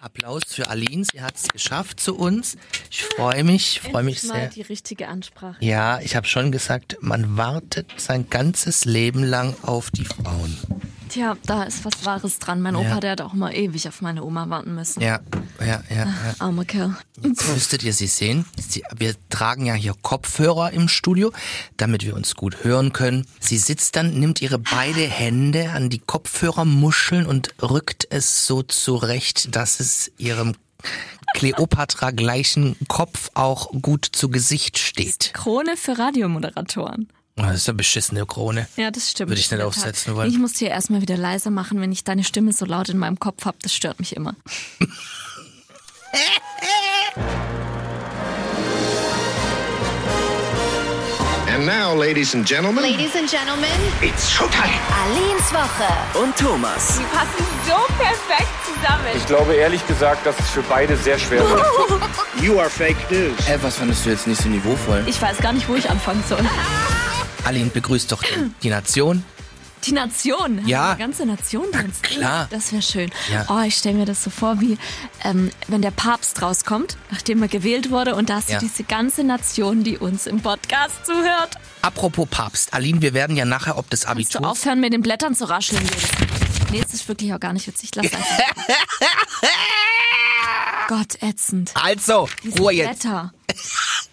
Applaus für Aline. Sie hat es geschafft zu uns. Ich freue mich, freue mich Endlich mal sehr. die richtige Ansprache. Ja, ich habe schon gesagt, man wartet sein ganzes Leben lang auf die Frauen. Tja, da ist was Wahres dran. Mein Opa, der hat auch mal ewig auf meine Oma warten müssen. Ja, ja, ja. ja. Armer Kerl. Jetzt müsstet ihr sie sehen. Sie, wir tragen ja hier Kopfhörer im Studio, damit wir uns gut hören können. Sie sitzt dann, nimmt ihre beide Hände an die Kopfhörermuscheln und rückt es so zurecht, dass es ihrem Kleopatra gleichen Kopf auch gut zu Gesicht steht. Krone für Radiomoderatoren. Oh, Das ist eine beschissene Krone. Ja, das stimmt. Würde ich nicht In der aufsetzen Tat. wollen. Ich muss hier erstmal wieder leiser machen, wenn ich deine Stimme so laut in meinem Kopf habe. Das stört mich immer. And now, ladies and gentlemen, Ladies and Gentlemen, it's showtime. Alins Woche. und Thomas. Die passen so perfekt zusammen. Ich glaube ehrlich gesagt, dass es für beide sehr schwer wird. You are fake news. Hey, was fandest du jetzt nicht so niveauvoll? Ich weiß gar nicht, wo ich anfangen soll. Aline begrüßt doch die- die Nation. Die Nation. Ja. Die ganze Nation tanzt. klar. Das wäre schön. Ja. Oh, ich stelle mir das so vor, wie ähm, wenn der Papst rauskommt, nachdem er gewählt wurde. Und da hast Ja. du diese ganze Nation, die uns im Podcast zuhört. Apropos Papst, Aline, wir werden ja nachher, ob des Kannst du Abiturs. aufhören, mit den Blättern zu rascheln? Judith? Nee, es ist wirklich auch gar nicht witzig. Lass einfach. Gott, ätzend. Also, Diese Ruhe jetzt. Blätter.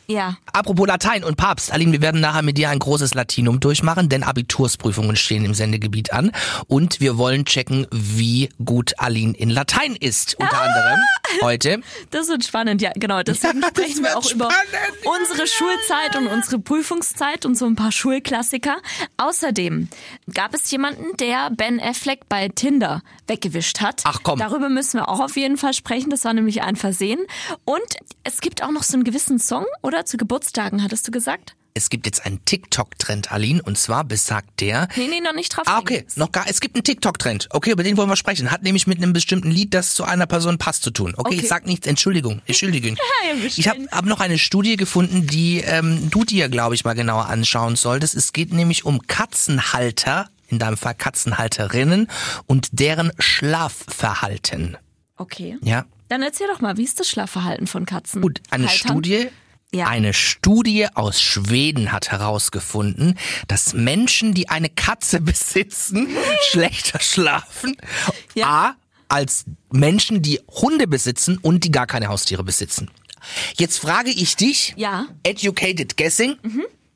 Ja. Apropos Latein und Papst, Aline, wir werden nachher mit dir ein großes Latinum durchmachen, denn Abitursprüfungen stehen im Sendegebiet an und wir wollen checken, wie gut Aline in Latein ist, unter anderem heute. Das wird spannend, ja, genau. Ja, Deswegen das sprechen wird wir auch über spannend. unsere Schulzeit und unsere Prüfungszeit und so ein paar Schulklassiker. Außerdem gab es jemanden, der Ben Affleck bei Tinder weggewischt hat. Ach komm. Darüber müssen wir auch auf jeden Fall sprechen. Das war nämlich ein Versehen. Und es gibt auch noch so einen gewissen Song, oder? Zu Geburtstagen, hattest du gesagt? Es gibt jetzt einen TikTok-Trend, Aline, und zwar besagt der... Nee, nee, noch nicht drauf. Ah, okay, noch gar, es gibt einen TikTok-Trend. Okay, über den wollen wir sprechen. Hat nämlich mit einem bestimmten Lied, das zu einer Person passt, zu tun. Okay, Okay. ich sag nichts, Entschuldigung, Entschuldigung. Ja, bestimmt. ich habe hab noch eine Studie gefunden, die ähm, du dir, glaube ich, mal genauer anschauen solltest. Es geht nämlich um Katzenhalter, in deinem Fall Katzenhalterinnen, und deren Schlafverhalten. Okay. Ja, Dann erzähl doch mal, wie ist das Schlafverhalten von Katzen? Gut, eine Haltern? Studie. Ja. Eine Studie aus Schweden hat herausgefunden, dass Menschen, die eine Katze besitzen, schlechter schlafen. A, als Menschen, die Hunde besitzen und die gar keine Haustiere besitzen. Jetzt frage ich dich, Ja. educated guessing,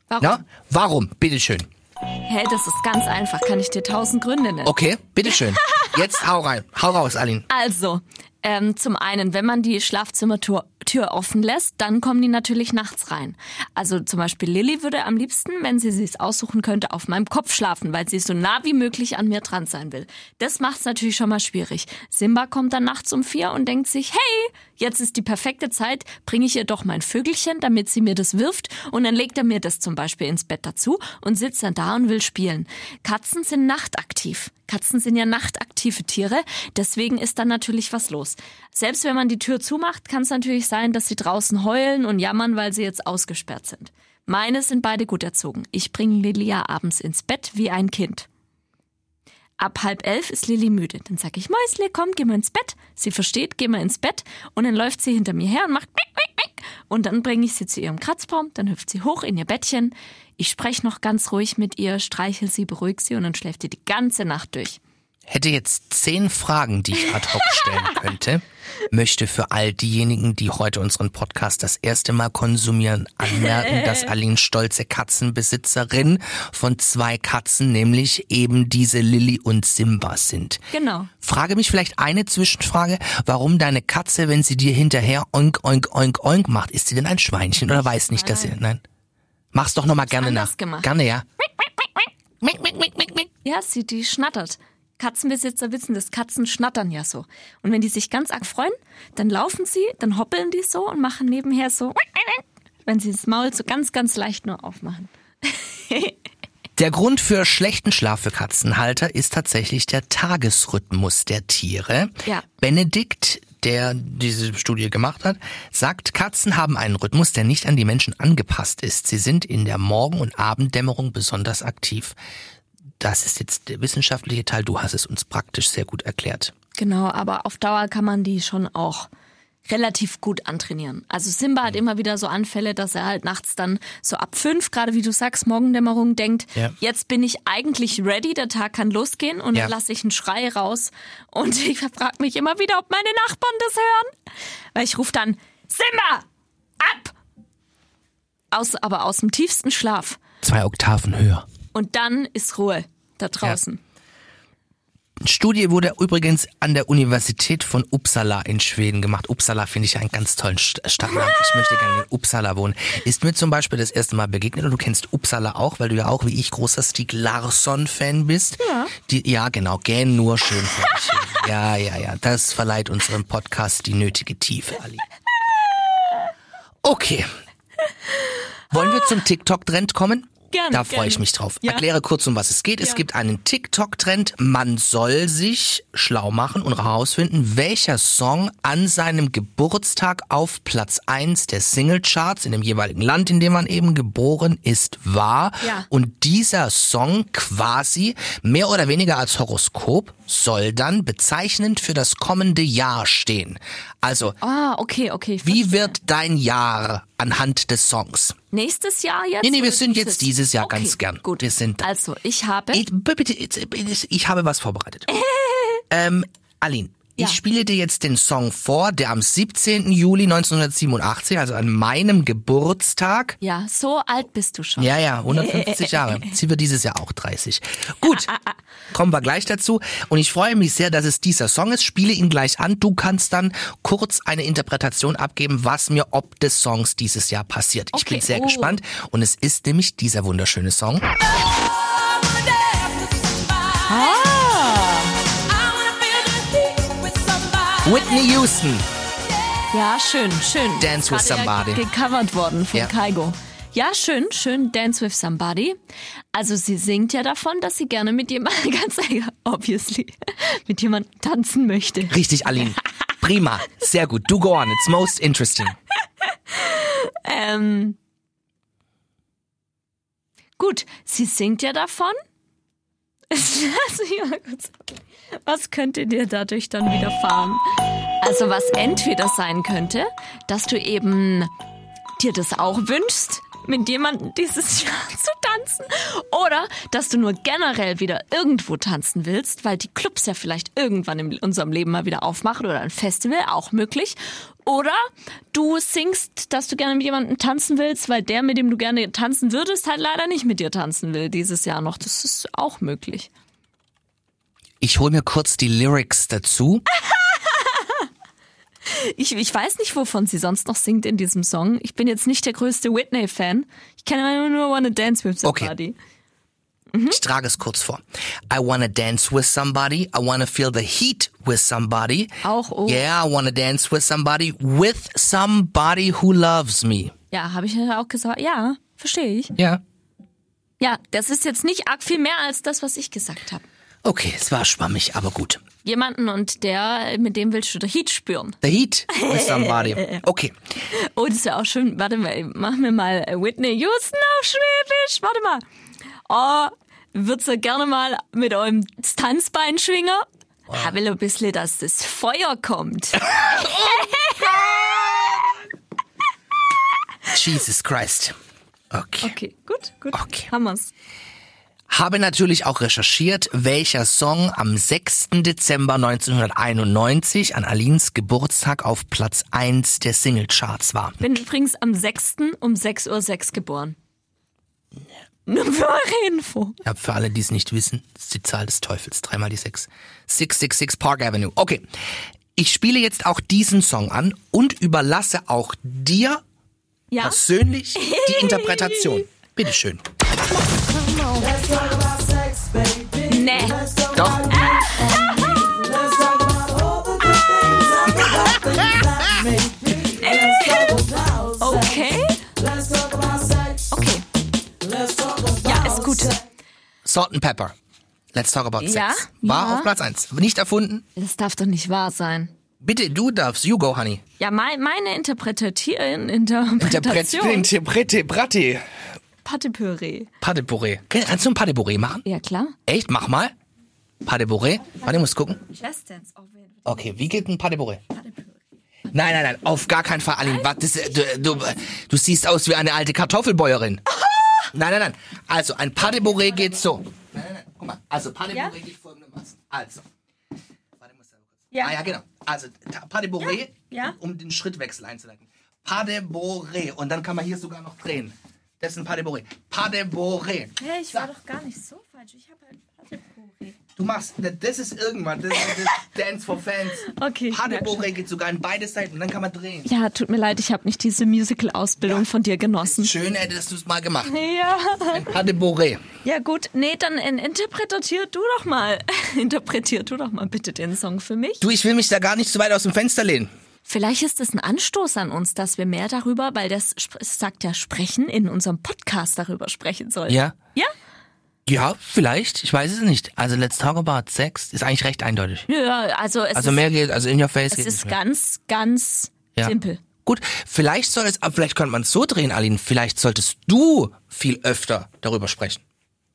Warum? na, warum? Bitteschön. Hä, das ist ganz einfach. Kann ich dir tausend Gründe nennen? Okay, bitteschön. Jetzt hau rein, hau raus, Aline. Also, ähm, zum einen, wenn man die Schlafzimmertür Tür offen lässt, dann kommen die natürlich nachts rein. Also zum Beispiel Lilly würde am liebsten, wenn sie es aussuchen könnte, auf meinem Kopf schlafen, weil sie so nah wie möglich an mir dran sein will. Das macht es natürlich schon mal schwierig. Simba kommt dann nachts um vier und denkt sich, hey, jetzt ist die perfekte Zeit, bringe ich ihr doch mein Vögelchen, damit sie mir das wirft und dann legt er mir das zum Beispiel ins Bett dazu und sitzt dann da und will spielen. Katzen sind nachtaktiv. Katzen sind ja nachtaktive Tiere, deswegen ist dann natürlich was los. Selbst wenn man die Tür zumacht, kann es natürlich sein, dass sie draußen heulen und jammern, weil sie jetzt ausgesperrt sind. Meine sind beide gut erzogen. Ich bringe Lilia abends ins Bett wie ein Kind. Ab halb elf ist Lilly müde. Dann sage ich, Mäusle, komm, geh mal ins Bett. Sie versteht, geh mal ins Bett. Und dann läuft sie hinter mir her und macht mick, mick, mick. Und dann bringe ich sie zu ihrem Kratzbaum, dann hüpft sie hoch in ihr Bettchen. Ich spreche noch ganz ruhig mit ihr, streichel sie, beruhig sie und dann schläft sie die ganze Nacht durch. hätte jetzt zehn Fragen, die ich ad hoc stellen könnte, möchte für all diejenigen, die heute unseren Podcast das erste Mal konsumieren, anmerken, dass Aline Stolze Katzenbesitzerin von zwei Katzen, nämlich eben diese Lilly und Simba sind. Genau. Frage mich vielleicht eine Zwischenfrage, warum deine Katze, wenn sie dir hinterher oink, oink, oink, oink macht, ist sie denn ein Schweinchen oder weiß nicht, dass sie, nein? Mach's doch nochmal gerne anders nach. gemacht. Gerne, ja. Ja, sie die schnattert. Katzenbesitzer wissen das, Katzen schnattern ja so. Und wenn die sich ganz arg freuen, dann laufen sie, dann hoppeln die so und machen nebenher so, wenn sie das Maul so ganz, ganz leicht nur aufmachen. Der Grund für schlechten Schlaf für Katzenhalter ist tatsächlich der Tagesrhythmus der Tiere. Ja. Benedikt, der diese Studie gemacht hat, sagt, Katzen haben einen Rhythmus, der nicht an die Menschen angepasst ist. Sie sind in der Morgen- und Abenddämmerung besonders aktiv. Das ist jetzt der wissenschaftliche Teil. Du hast es uns praktisch sehr gut erklärt. Genau, aber auf Dauer kann man die schon auch relativ gut antrainieren. Also Simba hat immer wieder so Anfälle, dass er halt nachts dann so ab fünf, gerade wie du sagst, Morgendämmerung denkt, Ja. jetzt bin ich eigentlich ready, der Tag kann losgehen und Ja. dann lasse ich einen Schrei raus und ich frage mich immer wieder, ob meine Nachbarn das hören, weil ich rufe dann Simba ab, aus, aber aus dem tiefsten Schlaf Zwei Oktaven höher. und dann ist Ruhe da draußen. Eine Studie wurde übrigens an der Universität von Uppsala in Schweden gemacht. Uppsala finde ich einen ganz tollen St Stadtnamen. Ich möchte gerne in Uppsala wohnen. Ist mir zum Beispiel das erste Mal begegnet und du kennst Uppsala auch, weil du ja auch wie ich großer Stieg Larsson-Fan bist. Ja. Die, ja, genau. Gähn nur schön vor dich hin. Ja, ja, ja. Das verleiht unserem Podcast die nötige Tiefe, Ali. Okay. Wollen wir zum TikTok-Trend kommen? Gerne, Da freue gerne. ich mich drauf. Ja. Erkläre kurz, um was es geht. Es gibt einen TikTok-Trend. Man soll sich schlau machen und herausfinden, welcher Song an seinem Geburtstag auf Platz 1 der Singlecharts in dem jeweiligen Land, in dem man eben geboren ist, war. Ja. Und dieser Song quasi mehr oder weniger als Horoskop soll dann bezeichnend für das kommende Jahr stehen. Also, Ah, okay, okay. ich wie verstehe. wird dein Jahr anhand des Songs? Nächstes Jahr jetzt? Nee, nee, wir oder sind jetzt dieses Jahr okay, ganz gern. Gut. Wir sind da. Also, ich habe. Ich, bitte, ich, ich habe was vorbereitet. ähm, Aline, Ja. ich spiele dir jetzt den Song vor, der am 17. Juli 1987, also an meinem Geburtstag, ja, so alt bist du schon. ja, ja, 150 Jahre. Sie wird dieses Jahr auch 30. Gut, Ah, kommen wir gleich dazu. Und ich freue mich sehr, dass es dieser Song ist. Spiele ihn gleich an. Du kannst dann kurz eine Interpretation abgeben, was mir ob des Songs dieses Jahr passiert. Ich Okay. bin sehr Oh. Ah. gespannt. Und es ist nämlich dieser wunderschöne Song. Whitney Houston. Ja, schön, schön. Dance with Gerade ja somebody. Gecovert worden von Ja. Kaigo. Ja, schön, schön, Dance with Somebody. Also sie singt ja davon, dass sie gerne mit jemandem, ganz obviously, mit jemandem tanzen möchte. Richtig, Aline. Prima. Sehr gut. Du go on. It's most interesting. Ähm, gut, sie singt ja davon. Lass mich mal kurz. Was könnte dir dadurch dann widerfahren? Also was entweder sein könnte, dass du eben dir das auch wünschst, mit jemandem dieses Jahr zu tanzen. Oder dass du nur generell wieder irgendwo tanzen willst, weil die Clubs ja vielleicht irgendwann in unserem Leben mal wieder aufmachen oder ein Festival, auch möglich. Oder du singst, dass du gerne mit jemandem tanzen willst, weil der, mit dem du gerne tanzen würdest, halt leider nicht mit dir tanzen will dieses Jahr noch. Das ist auch möglich. Ich hole mir kurz die Lyrics dazu. Mhm. Ich, ich weiß nicht, wovon sie sonst noch singt in diesem Song. Ich bin jetzt nicht der größte Whitney-Fan. Ich kenne nur Wanna Dance With Somebody. Ich trage es kurz vor. I wanna dance with somebody. I wanna feel the heat with somebody. Auch, oh. Yeah, I wanna dance with somebody. With somebody who loves me. Ja, habe ich ja auch gesagt. Ja, verstehe ich. Ja. Ja, das ist jetzt nicht arg viel mehr als das, was ich gesagt habe. Okay, es war schwammig, aber gut. Jemanden und der, mit dem willst du den Heat spüren. The heat with somebody. Okay. Oh, das wäre auch schön. Warte mal, machen wir mal Whitney Houston auf Schwäbisch. Warte mal. Oh, würdest du gerne mal mit eurem Tanzbein schwingen? Ich will ein bisschen, dass das Feuer kommt. Jesus Christ. Okay. Okay, gut, gut. Okay. Haben wir's. Habe natürlich auch recherchiert, welcher Song am 6. Dezember 1991 an Alins Geburtstag auf Platz 1 der Singlecharts war. Bin übrigens am 6. um 6.06 Uhr geboren. Nur für eure Info. Ja, für alle, die es nicht wissen, ist die Zahl des Teufels. Dreimal die sechs. 666 Park Avenue. Okay. Ich spiele jetzt auch diesen Song an und überlasse auch dir Ja? persönlich die Interpretation. Bitteschön. Nee. Doch. Okay. Okay. Ja, ist gut. Salt and Pepper. Let's talk about Ja? sex. War Ja. auf Platz eins. Nicht erfunden. Das darf doch nicht wahr sein. Bitte, du darfst. You go, honey. Ja, mein, meine Interpretati Interpretation. Interprete, Bratte. Pattepüree. Paddepuree. Kannst du ein Paddepuree machen? Ja, klar. Echt? Mach mal. Pas de Bourrée. Warte, ich muss gucken. Jazzdance. Oh, Okay, wie geht ein Pas de Bourrée? Nein, nein, nein, auf gar keinen Fall, Aline. Was, das, äh, du, du, du siehst aus wie eine alte Kartoffelbäuerin. Nein, nein, nein. Also, ein Pas de Bourrée geht so. Nein, nein, nein. Guck mal, also Pas de Ja? Bourrée geht folgendermaßen. Also. Warte, muss da kurz. Ja. Ah ja, genau. Also, ta- Pas de Bourrée, Ja, ja. um den Schrittwechsel einzuleiten. Pas de Bourrée. Und dann kann man hier sogar noch drehen. Das ist ein Pas de Bourrée. Pas de Bourrée. hey, ich war doch gar nicht so falsch. Ich habe halt Paddepuri. Du machst, das ist irgendwann, das ist das Dance for Fans. Okay, ich Pas de merk schon. Bourrée geht sogar in beide Seiten und dann kann man drehen. Ja, tut mir leid, ich habe nicht diese Musical-Ausbildung von dir genossen. Schön hättest du es mal gemacht. Ja. Ein Pas de Bourrée. ja, gut. Nee, dann äh, interpretier du doch mal. interpretier du doch mal bitte den Song für mich. Du, ich will mich da gar nicht so weit aus dem Fenster lehnen. Vielleicht ist es ein Anstoß an uns, dass wir mehr darüber, weil das sp- sagt ja Sprechen, in unserem Podcast darüber sprechen sollen. Ja? Ja? Ja, vielleicht. Ich weiß es nicht. Also Let's Talk About Sex ist eigentlich recht eindeutig. Ja, also es Also ist, mehr geht, also In Your Face es geht nicht ist mehr. ganz, ganz Ja. simpel. Gut, vielleicht soll es, aber vielleicht könnte man es so drehen, Aline. Vielleicht solltest du viel öfter darüber sprechen.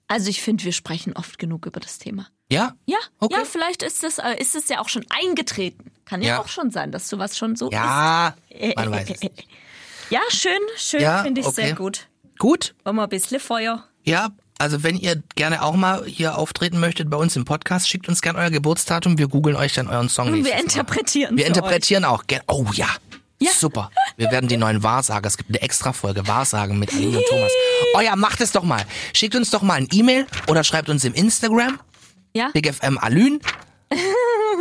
Also ich finde, wir sprechen oft genug über das Thema. Ja? Ja, Okay. ja, vielleicht ist es, äh, ist es ja auch schon eingetreten. Kann ja, Ja. auch schon sein, dass sowas schon so Ja, ist. Äh, man weiß es nicht. Ja, schön, schön, Ja, finde ich sehr okay. gut. Gut, Wollen wir ein bisschen Feuer? ja. Also wenn ihr gerne auch mal hier auftreten möchtet bei uns im Podcast, schickt uns gerne euer Geburtsdatum. Wir googeln euch dann euren Song. Und wir nächstes Mal. interpretieren. Wir für euch. interpretieren auch gerne. Oh ja. Ja. Super. Wir werden die neuen Wahrsager. Es gibt eine extra Folge Wahrsagen mit Aline und Thomas. Oh ja, macht es doch mal. Schickt uns doch mal ein E-Mail oder schreibt uns im Instagram. Ja? BigFM Alün.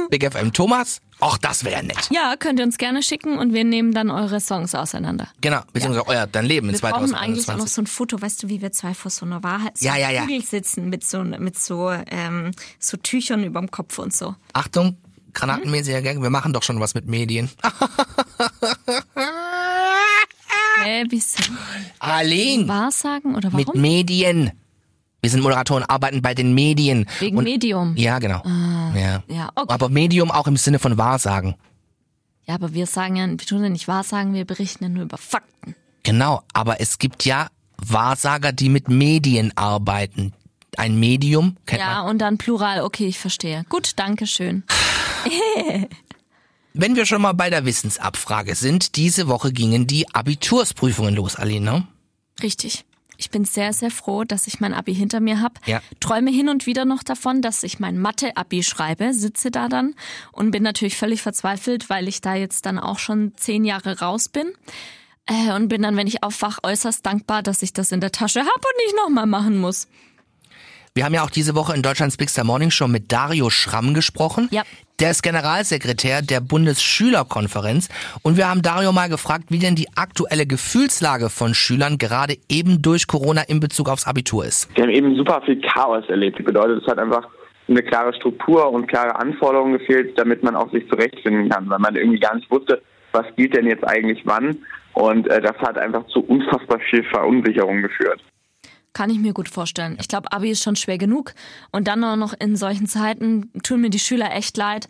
BigFM Thomas. Och, das wäre nett. ja, könnt ihr uns gerne schicken und wir nehmen dann eure Songs auseinander. Genau. Beziehungsweise euer, dein Leben in Wir brauchen eigentlich auch noch 2021. so ein Foto, weißt du, wie wir zwei vor so einer Wahrheit so Ja, einem ja, ja. Spiegel sitzen mit so mit so ähm, so Tüchern überm Kopf und so. Achtung, granatenmäßiger Gang. Wir machen doch schon was mit Medien. Äh, wieso? Aline. Wahrsagen oder Mit warum? Medien. Wir sind Moderatoren, arbeiten bei den Medien. Wegen Und- Medium. Ja, genau. ja. ja, okay. Aber Medium auch im Sinne von Wahrsagen. Ja, aber wir sagen ja, wir tun ja nicht Wahrsagen, wir berichten ja nur über Fakten. Genau, aber es gibt ja Wahrsager, die mit Medien arbeiten. Ein Medium, kennt man. Ja, und dann Plural. Okay, ich verstehe. Gut, danke schön. Wenn wir schon mal bei der Wissensabfrage sind, diese Woche gingen die Abitursprüfungen los, Aline. ne? Richtig. Ich bin sehr, sehr froh, dass ich mein Abi hinter mir habe. Ja. Träume hin und wieder noch davon, dass ich mein Mathe-Abi schreibe, sitze da dann und bin natürlich völlig verzweifelt, weil ich da jetzt dann auch schon zehn Jahre raus bin. Äh, und bin dann, wenn ich aufwach, äußerst dankbar, dass ich das in der Tasche habe und nicht nochmal machen muss. Wir haben ja auch diese Woche in Deutschlands Big Star Morning Show mit Dario Schramm gesprochen. Ja. Der ist Generalsekretär der Bundesschülerkonferenz. Und wir haben Dario mal gefragt, wie denn die aktuelle Gefühlslage von Schülern gerade eben durch Corona in Bezug aufs Abitur ist. Wir haben eben super viel Chaos erlebt. Das bedeutet, es hat einfach eine klare Struktur und klare Anforderungen gefehlt, damit man auch sich zurechtfinden kann, weil man irgendwie gar nicht wusste, was gilt denn jetzt eigentlich wann. Und äh, das hat einfach zu unfassbar viel Verunsicherung geführt. Kann ich mir gut vorstellen. Ich glaube, Abi ist schon schwer genug. Und dann auch noch in solchen Zeiten tun mir die Schüler echt leid.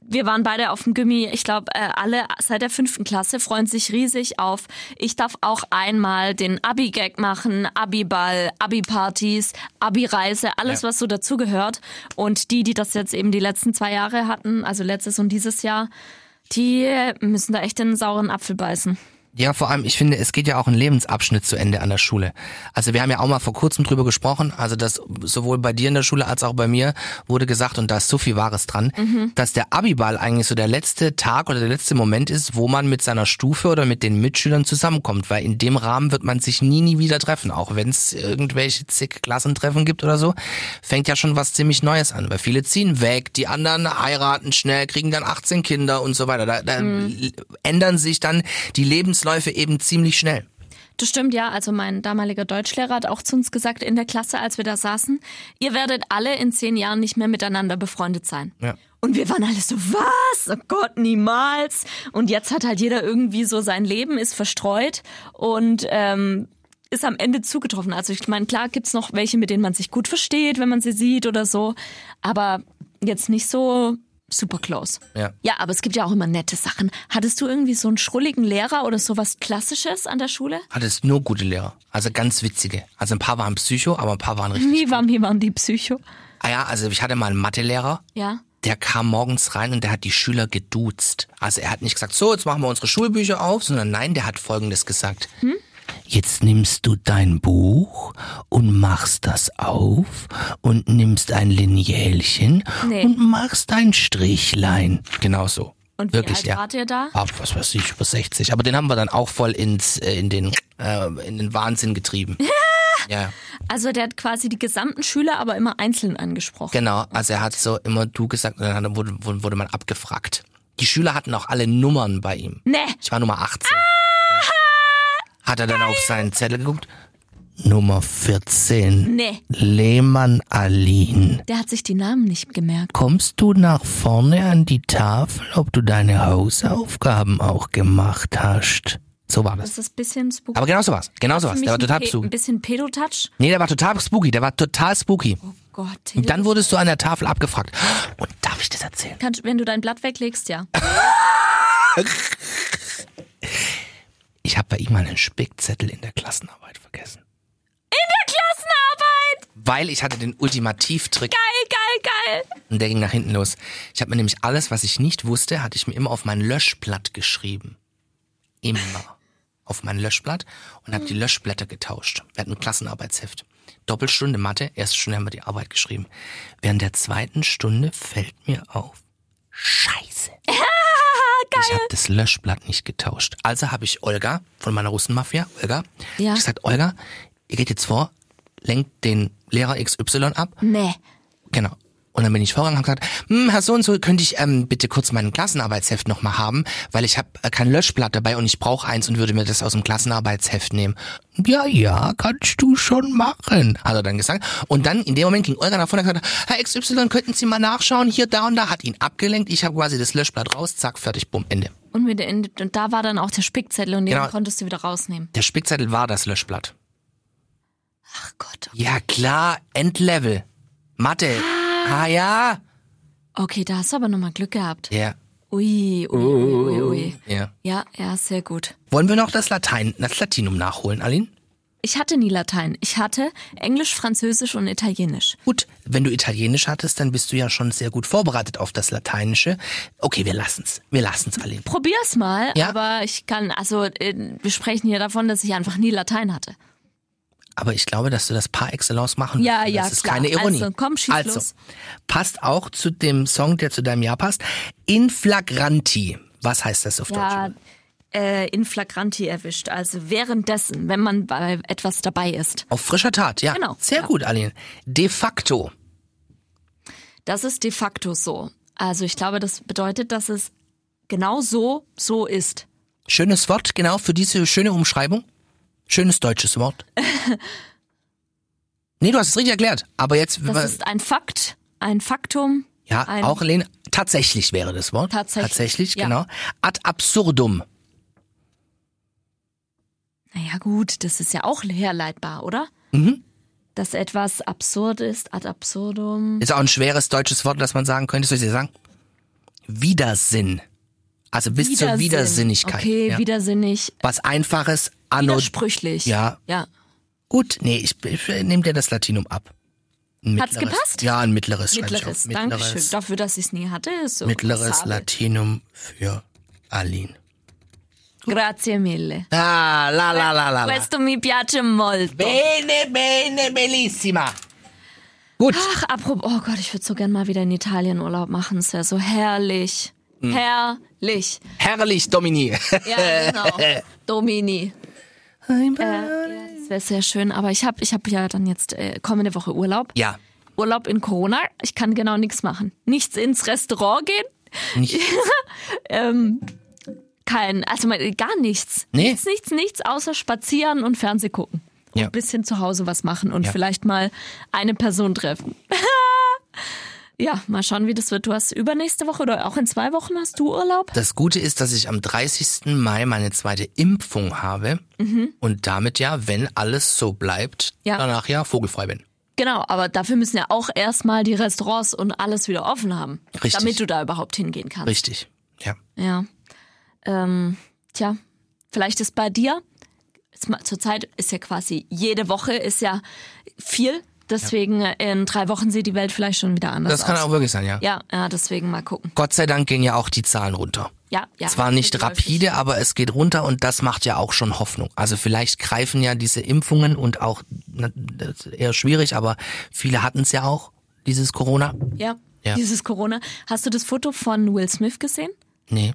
Wir waren beide auf dem Gimmi. Ich glaube, äh, alle seit der fünften Klasse freuen sich riesig auf. Ich darf auch einmal den Abi-Gag machen, Abi-Ball, Abi-Partys, Abi-Reise, alles, was so dazugehört. Und die, die das jetzt eben die letzten zwei Jahre hatten, also letztes und dieses Jahr, die müssen da echt in den sauren Apfel beißen. Ja, vor allem, ich finde, es geht ja auch ein Lebensabschnitt zu Ende an der Schule. Also wir haben ja auch mal vor kurzem drüber gesprochen, also das sowohl bei dir in der Schule als auch bei mir wurde gesagt, und da ist so viel Wahres dran, dass der Abiball eigentlich so der letzte Tag oder der letzte Moment ist, wo man mit seiner Stufe oder mit den Mitschülern zusammenkommt, weil in dem Rahmen wird man sich nie, nie wieder treffen, auch wenn es irgendwelche zig Klassentreffen gibt oder so, fängt ja schon was ziemlich Neues an, weil viele ziehen weg, die anderen heiraten schnell, kriegen dann 18 Kinder und so weiter. Da, da ändern sich dann die Lebensläufe eben ziemlich schnell. Das stimmt, ja. Also mein damaliger Deutschlehrer hat auch zu uns gesagt in der Klasse, als wir da saßen, ihr werdet alle in zehn Jahren nicht mehr miteinander befreundet sein. Ja. Und wir waren alle so, was? Oh Gott, niemals. Und jetzt hat halt jeder irgendwie so sein Leben, ist verstreut und ähm, ist am Ende zugetroffen. Also ich meine, klar gibt's noch welche, mit denen man sich gut versteht, wenn man sie sieht oder so. Aber jetzt nicht so super close. Ja. Ja, aber es gibt ja auch immer nette Sachen. Hattest du irgendwie so einen schrulligen Lehrer oder sowas Klassisches an der Schule? Hattest Ah, nur Mhm. gute Lehrer, also ganz witzige. Also ein paar waren Psycho, aber ein paar waren richtig. Wie waren, wie waren die Psycho? Ah ja, also ich hatte mal einen Mathelehrer. Ja. Der kam morgens rein und der hat die Schüler geduzt. Also er hat nicht gesagt, so, jetzt machen wir unsere Schulbücher auf, sondern nein, der hat Folgendes gesagt. Hm? Jetzt nimmst du dein Buch und machst das auf und nimmst ein Linealchen Nee. und machst ein Strichlein. Genau so. Und wie Wirklich, alt ja. wart ihr da? Ab, was weiß ich, über 60. Aber den haben wir dann auch voll ins, äh, in, den, äh, in den Wahnsinn getrieben. ja. Also der hat quasi die gesamten Schüler aber immer einzeln angesprochen. Genau, also er hat so immer du gesagt und dann hat- wurde, wurde, wurde man abgefragt. Die Schüler hatten auch alle Nummern bei ihm. Nee. Ich war Nummer 18. Ah! Hat er dann auf seinen Zettel geguckt? Nummer 14. Nee. Lehmann Alin. Der hat sich die Namen nicht gemerkt. Kommst du nach vorne an die Tafel, ob du deine Hausaufgaben auch gemacht hast? So war das. Das ist ein bisschen spooky. Aber genau so war's. Genau so war's. Der war total Ein spooky. bisschen Pedotouch. Nee, der war total spooky. Der war total spooky. Oh Gott. Und dann wurdest du an der Tafel abgefragt. Und darf ich das erzählen? Kannst, wenn du dein Blatt weglegst, ja. Ich habe bei ihm mal einen Spickzettel in der Klassenarbeit vergessen. Klassenarbeit! Weil ich hatte den Ultimativtrick Geil, geil, geil. und der ging nach hinten los. Ich habe mir nämlich alles, was ich nicht wusste, hatte ich mir immer auf mein Löschblatt geschrieben. Immer. Auf mein Löschblatt und habe die Löschblätter getauscht. Wir hatten ein Klassenarbeitsheft. Doppelstunde Mathe, erste Stunde haben wir die Arbeit geschrieben. Während der zweiten Stunde fällt mir auf, scheiße. Ich habe das Löschblatt nicht getauscht. Also habe ich Olga von meiner Russenmafia, Olga, Ja. ich gesagt, Olga, ihr geht jetzt vor, lenkt den Lehrer XY ab Nee. Genau. Und dann bin ich vorgegangen und habe gesagt, "Hm, Herr so und so, könnte ich ähm, bitte kurz mein Klassenarbeitsheft nochmal haben, weil ich habe äh, kein Löschblatt dabei und ich brauche eins und würde mir das aus dem Klassenarbeitsheft nehmen. Ja, ja, kannst du schon machen, hat er dann gesagt. Und dann in dem Moment ging Olga nach vorne und hat gesagt, Herr XY, könnten Sie mal nachschauen, hier, da und da, hat ihn abgelenkt. Ich habe quasi das Löschblatt raus, zack, fertig, bumm, Ende. Und, wieder in, und da war dann auch der Spickzettel und den Genau. konntest du wieder rausnehmen. Der Spickzettel war das Löschblatt. Ach Gott. Ja, klar, Endlevel. Mathe. Ah, ja. Okay, da hast du aber nochmal Glück gehabt. Ja, Oh. Ui, ui, ui, ui, ui. ja. Ja, ja, sehr gut. Wollen wir noch das Latein, das Latinum nachholen, Aline? Ich hatte nie Latein. Ich hatte Englisch, Französisch und Italienisch. Gut, wenn du Italienisch hattest, dann bist du ja schon sehr gut vorbereitet auf das Lateinische. Okay, wir lassen's. Wir lassen's, Aline. Probier's mal, Ja. aber ich kann, also äh, wir sprechen hier davon, dass ich einfach nie Latein hatte. Aber ich glaube, dass du das par excellence machen Ja, wirst. ja, Das ist klar. keine Ironie. Also, komm, schieß Also, los. passt auch zu dem Song, der zu deinem Jahr passt. In flagranti. Was heißt das auf Ja, Deutsch? äh, in flagranti erwischt. Also währenddessen, wenn man bei etwas dabei ist. Auf frischer Tat, ja. Genau, Sehr ja. gut, Aline. De facto. Das ist de facto so. Also ich glaube, das bedeutet, dass es genau so, so ist. Schönes Wort, genau, für diese schöne Umschreibung. Schönes deutsches Wort. nee, du hast es richtig erklärt. Aber jetzt, Das ist ein Fakt, ein Faktum. Ja, ein, auch Lehn. Tatsächlich wäre das Wort. Tatsächlich, Tatsächlich, ja. genau. Ad absurdum. Naja gut, das ist ja auch herleitbar, oder? Mhm. Dass etwas absurd ist, ad absurdum. Ist auch ein schweres deutsches Wort, das man sagen könnte. Soll ich dir sagen? Widersinn. Also bis zur Widersinnigkeit. Okay, ja. widersinnig, Was Einfaches, anno. widersprüchlich. Ja. Ja. Gut, nee, ich, ich nehme dir das Latinum ab. Ein Hat's mittleres. gepasst? Ja, ein mittleres. schreib ich Mittleres, auf. Dankeschön. Dafür, dass ich es nie hatte, ist so. mittleres passabel. Latinum für Aline. Grazie mille. Ah, la la la la la. Questo mi piace molto. Bene, bene, bellissima. Gut. Ach, apropos, oh Gott, ich würde so gern mal wieder in Italien Urlaub machen. Ist ja so herrlich. Hm. Herrlich. Herrlich, Domini. Ja, genau. Domini. Äh, Ja, das wäre sehr schön, aber ich habe ich hab ja dann jetzt äh, kommende Woche Urlaub. Ja. Urlaub in Corona. Ich kann genau nichts machen. Nichts ins Restaurant gehen. Nicht, Kein, also mein- gar nichts. Nee. Nichts, nichts, nichts, außer spazieren und Fernseh gucken. Und Ja. ein bisschen zu Hause was machen und Ja. vielleicht mal eine Person treffen. ja, mal schauen, wie das wird. Du hast übernächste Woche oder auch in zwei Wochen hast du Urlaub? Das Gute ist, dass ich am 30. Mai meine zweite Impfung habe und damit ja, wenn alles so bleibt, Mhm. Ja. danach ja vogelfrei bin. Genau, aber dafür müssen ja auch erstmal die Restaurants und alles wieder offen haben. Richtig. Damit du da überhaupt hingehen kannst. Richtig. Ja. Ja. Ähm, tja, vielleicht ist bei dir, jetzt mal- zurzeit ist ja quasi jede Woche ist ja viel Deswegen äh, in drei Wochen sieht die Welt vielleicht schon wieder anders Das kann aus. auch wirklich sein, ja. ja, ja, deswegen mal gucken. Gott sei Dank gehen ja auch die Zahlen runter. Ja, ja. Zwar nicht Rückläufig. rapide, aber es geht runter und das macht ja auch schon Hoffnung. Also vielleicht greifen ja diese Impfungen und auch, na, das ist eher schwierig, aber viele hatten es ja auch, dieses Corona. Ja. Ja. Dieses Corona. Hast du das Foto von Will Smith gesehen? Nee.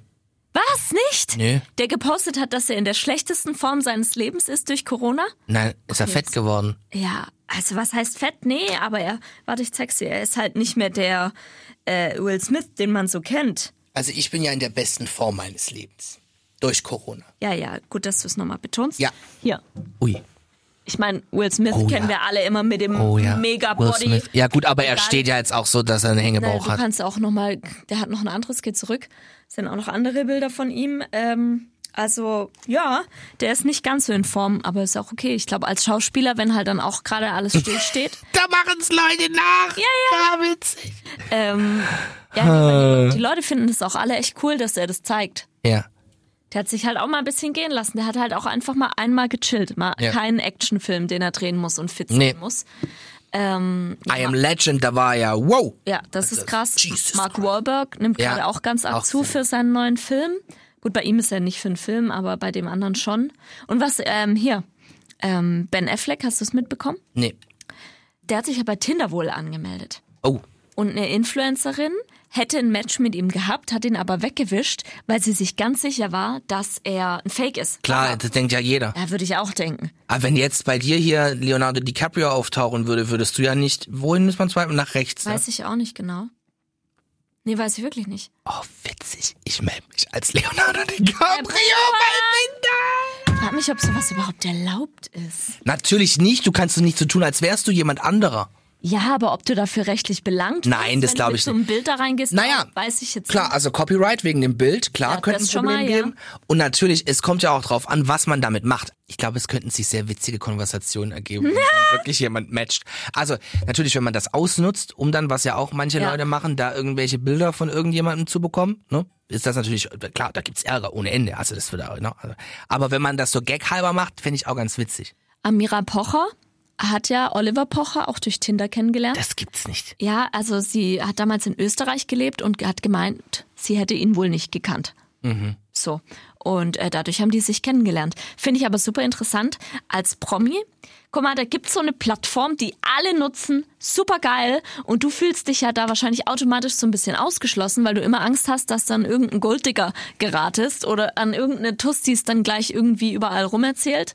Was? Nicht? Nö. Der gepostet hat, dass er in der schlechtesten Form seines Lebens ist durch Corona? Nein, ist er fett geworden. Ja, also was heißt fett? Nee, aber er, warte, ich zeig's dir. Er ist halt nicht mehr der äh, Will Smith, den man so kennt. Also ich bin ja in der besten Form meines Lebens. Durch Corona. Ja, ja, gut, dass du es nochmal betonst. Ja. Hier. Ui. Ich meine, Will Smith Oh, kennen ja. wir alle immer mit dem Oh ja. Will Mega-Body. Smith. Ja gut, aber er Egal. steht ja jetzt auch so, dass er einen Naja, Hängebauch du hat. kannst auch nochmal, der hat noch ein anderes, geht zurück. Es sind auch noch andere Bilder von ihm. Ähm, also ja, der ist nicht ganz so in Form, aber ist auch okay. Ich glaube, als Schauspieler, wenn halt dann auch gerade alles stillsteht, Da machen es Leute nach. Ja, ja. ja witzig. ähm, ja, die Leute finden das auch alle echt cool, dass er das zeigt. Ja. Der hat sich halt auch mal ein bisschen gehen lassen. Der hat halt auch einfach mal einmal gechillt. Mal Ja. keinen Actionfilm, den er drehen muss und fit sein Nee. muss. Ähm, I am Legend, da war ja, wow. Also, Ja, das ist krass. Jesus Mark Christ. Wahlberg nimmt Ja, gerade auch ganz arg auch zu sehr. für seinen neuen Film. Gut, bei ihm ist er nicht für einen Film, aber bei dem anderen schon. Und was, ähm, hier, ähm, Ben Affleck, hast du es mitbekommen? Nee. Der hat sich ja bei Tinder wohl angemeldet. Oh. Und eine Influencerin hätte ein Match mit ihm gehabt, hat ihn aber weggewischt, weil sie sich ganz sicher war, dass er ein Fake ist. Klar, das denkt ja jeder. Da würde ich auch denken. Aber wenn jetzt bei dir hier Leonardo DiCaprio auftauchen würde, würdest du ja nicht. Wohin muss man zweimal? Nach rechts. Ne? Weiß ich auch nicht genau. Nee, weiß ich wirklich nicht. Oh, witzig. Ich melde mich als Leonardo DiCaprio bei Tinder. Frag mich, ob sowas überhaupt erlaubt ist. Natürlich nicht. Du kannst es nicht so tun, als wärst du jemand anderer. Ja, aber ob du dafür rechtlich belangt Nein, das wirst, wenn glaub du mit ich so nicht. einem Bild da reingehst, Naja, weiß ich jetzt Klar, nicht. also Copyright wegen dem Bild, klar, Ja, könnte das ein schon Problem mal, ja. geben. Und natürlich, es kommt ja auch drauf an, was man damit macht. Ich glaube, es könnten sich sehr witzige Konversationen ergeben, wenn dann wirklich jemand matcht. Also natürlich, wenn man das ausnutzt, um dann, was ja auch manche Ja. Leute machen, da irgendwelche Bilder von irgendjemandem zu bekommen, ne? Ist das natürlich, klar, da gibt's Ärger ohne Ende. Also das wird auch, ne? also- Aber wenn man das so gaghalber macht, finde ich auch ganz witzig. Amira Pocher hat ja Oliver Pocher auch durch Tinder kennengelernt. Das gibt's nicht. ja, also sie hat damals in Österreich gelebt und hat gemeint, sie hätte ihn wohl nicht gekannt. So. Und äh, dadurch haben die sich kennengelernt. Finde ich aber super interessant als Promi. Guck mal, da gibt's so eine Plattform, die alle nutzen. Super geil. Und du fühlst dich ja da wahrscheinlich automatisch so ein bisschen ausgeschlossen, weil du immer Angst hast, dass dann irgendein Golddigger geratest oder an irgendeine Tustis dann gleich irgendwie überall rumerzählt.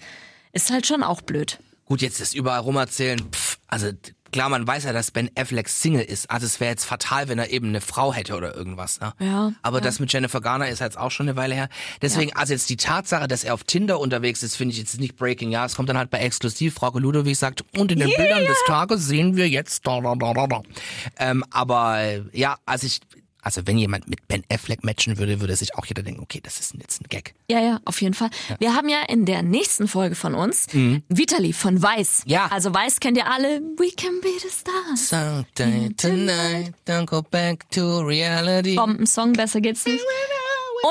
Ist halt schon auch blöd. Gut, jetzt ist überall rumerzählen. Pff, also d- klar, man weiß ja, dass Ben Affleck Single ist. Also es wäre jetzt fatal, wenn er eben eine Frau hätte oder irgendwas. Ne? Ja, Aber ja. das mit Jennifer Garner ist jetzt auch schon eine Weile her. Deswegen, also jetzt die Tatsache, dass er auf Tinder unterwegs ist, finde ich jetzt nicht breaking. Ja, es kommt dann halt bei exklusiv. Frau Ludowig sagt, und in den Bildern des Tages sehen wir jetzt da, da, da, da, da. Ähm, aber äh, ja, also ich, also wenn jemand mit Ben Affleck matchen würde, würde sich auch jeder denken, okay, das ist jetzt ein Gag. Ja, ja, auf jeden Fall. Wir haben ja in der nächsten Folge von uns Vitali von Weiß. Ja. Also Weiß kennt ihr alle. We can be the stars. Someday tonight, don't go back to reality. Bombensong, besser geht's nicht.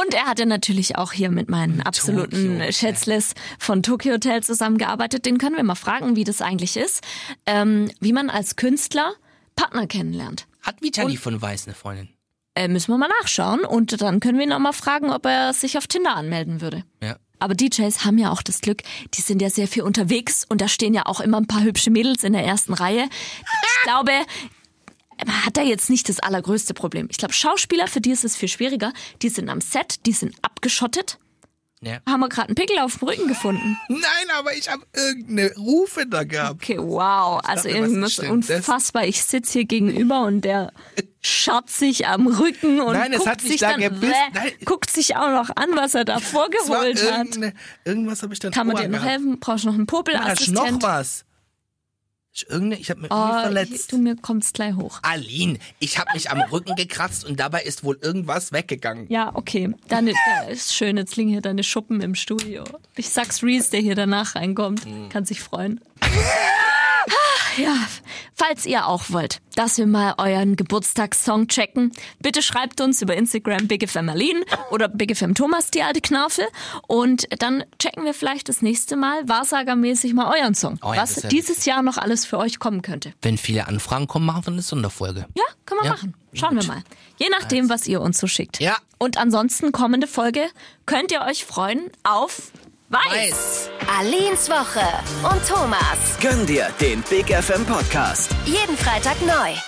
Und er hatte natürlich auch hier mit meinen absoluten Hotel. Schätzlis von Tokyo Hotel zusammengearbeitet. Den können wir mal fragen, wie das eigentlich ist, ähm, wie man als Künstler Partner kennenlernt. Hat Vitali von Weiß eine Freundin? Äh, müssen wir mal nachschauen und dann können wir ihn auch mal fragen, ob er sich auf Tinder anmelden würde. Ja. Aber DJs haben ja auch das Glück, die sind ja sehr viel unterwegs und da stehen ja auch immer ein paar hübsche Mädels in der ersten Reihe. Ich glaube, hat er jetzt nicht das allergrößte Problem. Ich glaube, Schauspieler, für die ist es viel schwieriger. Die sind am Set, die sind abgeschottet. Ja. Haben wir gerade einen Pickel auf dem Rücken gefunden. Nein, aber ich habe irgendeine Rufe da gehabt. Okay, wow. dachte, was Also irgendwas ist denn das? unfassbar. Ich sitze hier gegenüber und der schaut sich am Rücken und Nein, es guckt hat nicht sich da dann, gebissen. Nein. guckt sich auch noch an, was er da vorgeholt hat. Irgendwas habe ich dann Kann man dir noch helfen? Brauchst du noch einen Da ist Popelassistent? noch was. Ich, irgendeine, ich habe mich Oh, irgendwie ich- verletzt. Du, mir kommt's gleich hoch. Aline, ich habe mich am Rücken gekratzt und dabei ist wohl irgendwas weggegangen. Ja, okay. Deine, äh, ist schön, jetzt liegen hier deine Schuppen im Mhm. Studio. Ich sag's Reese, der hier danach reinkommt. Kann sich freuen. Ah, Ja, falls ihr auch wollt, dass wir mal euren Geburtstagssong checken, bitte schreibt uns über Instagram BigFMAlin oder BigFM Thomas, die alte Knaufel. Und dann checken wir vielleicht das nächste Mal wahrsagermäßig mal euren Song. Oh ja, was das ist ja dieses Jahr noch alles für euch kommen könnte. Wenn viele Anfragen kommen, machen wir eine Sonderfolge. Ja, kann man Ja. machen. Schauen wir mal. Je nachdem, was ihr uns so schickt. Ja. Und ansonsten kommende Folge könnt ihr euch freuen auf Weiß. Alins Woche und Thomas. Gönn dir den Big FM Podcast. Jeden Freitag neu.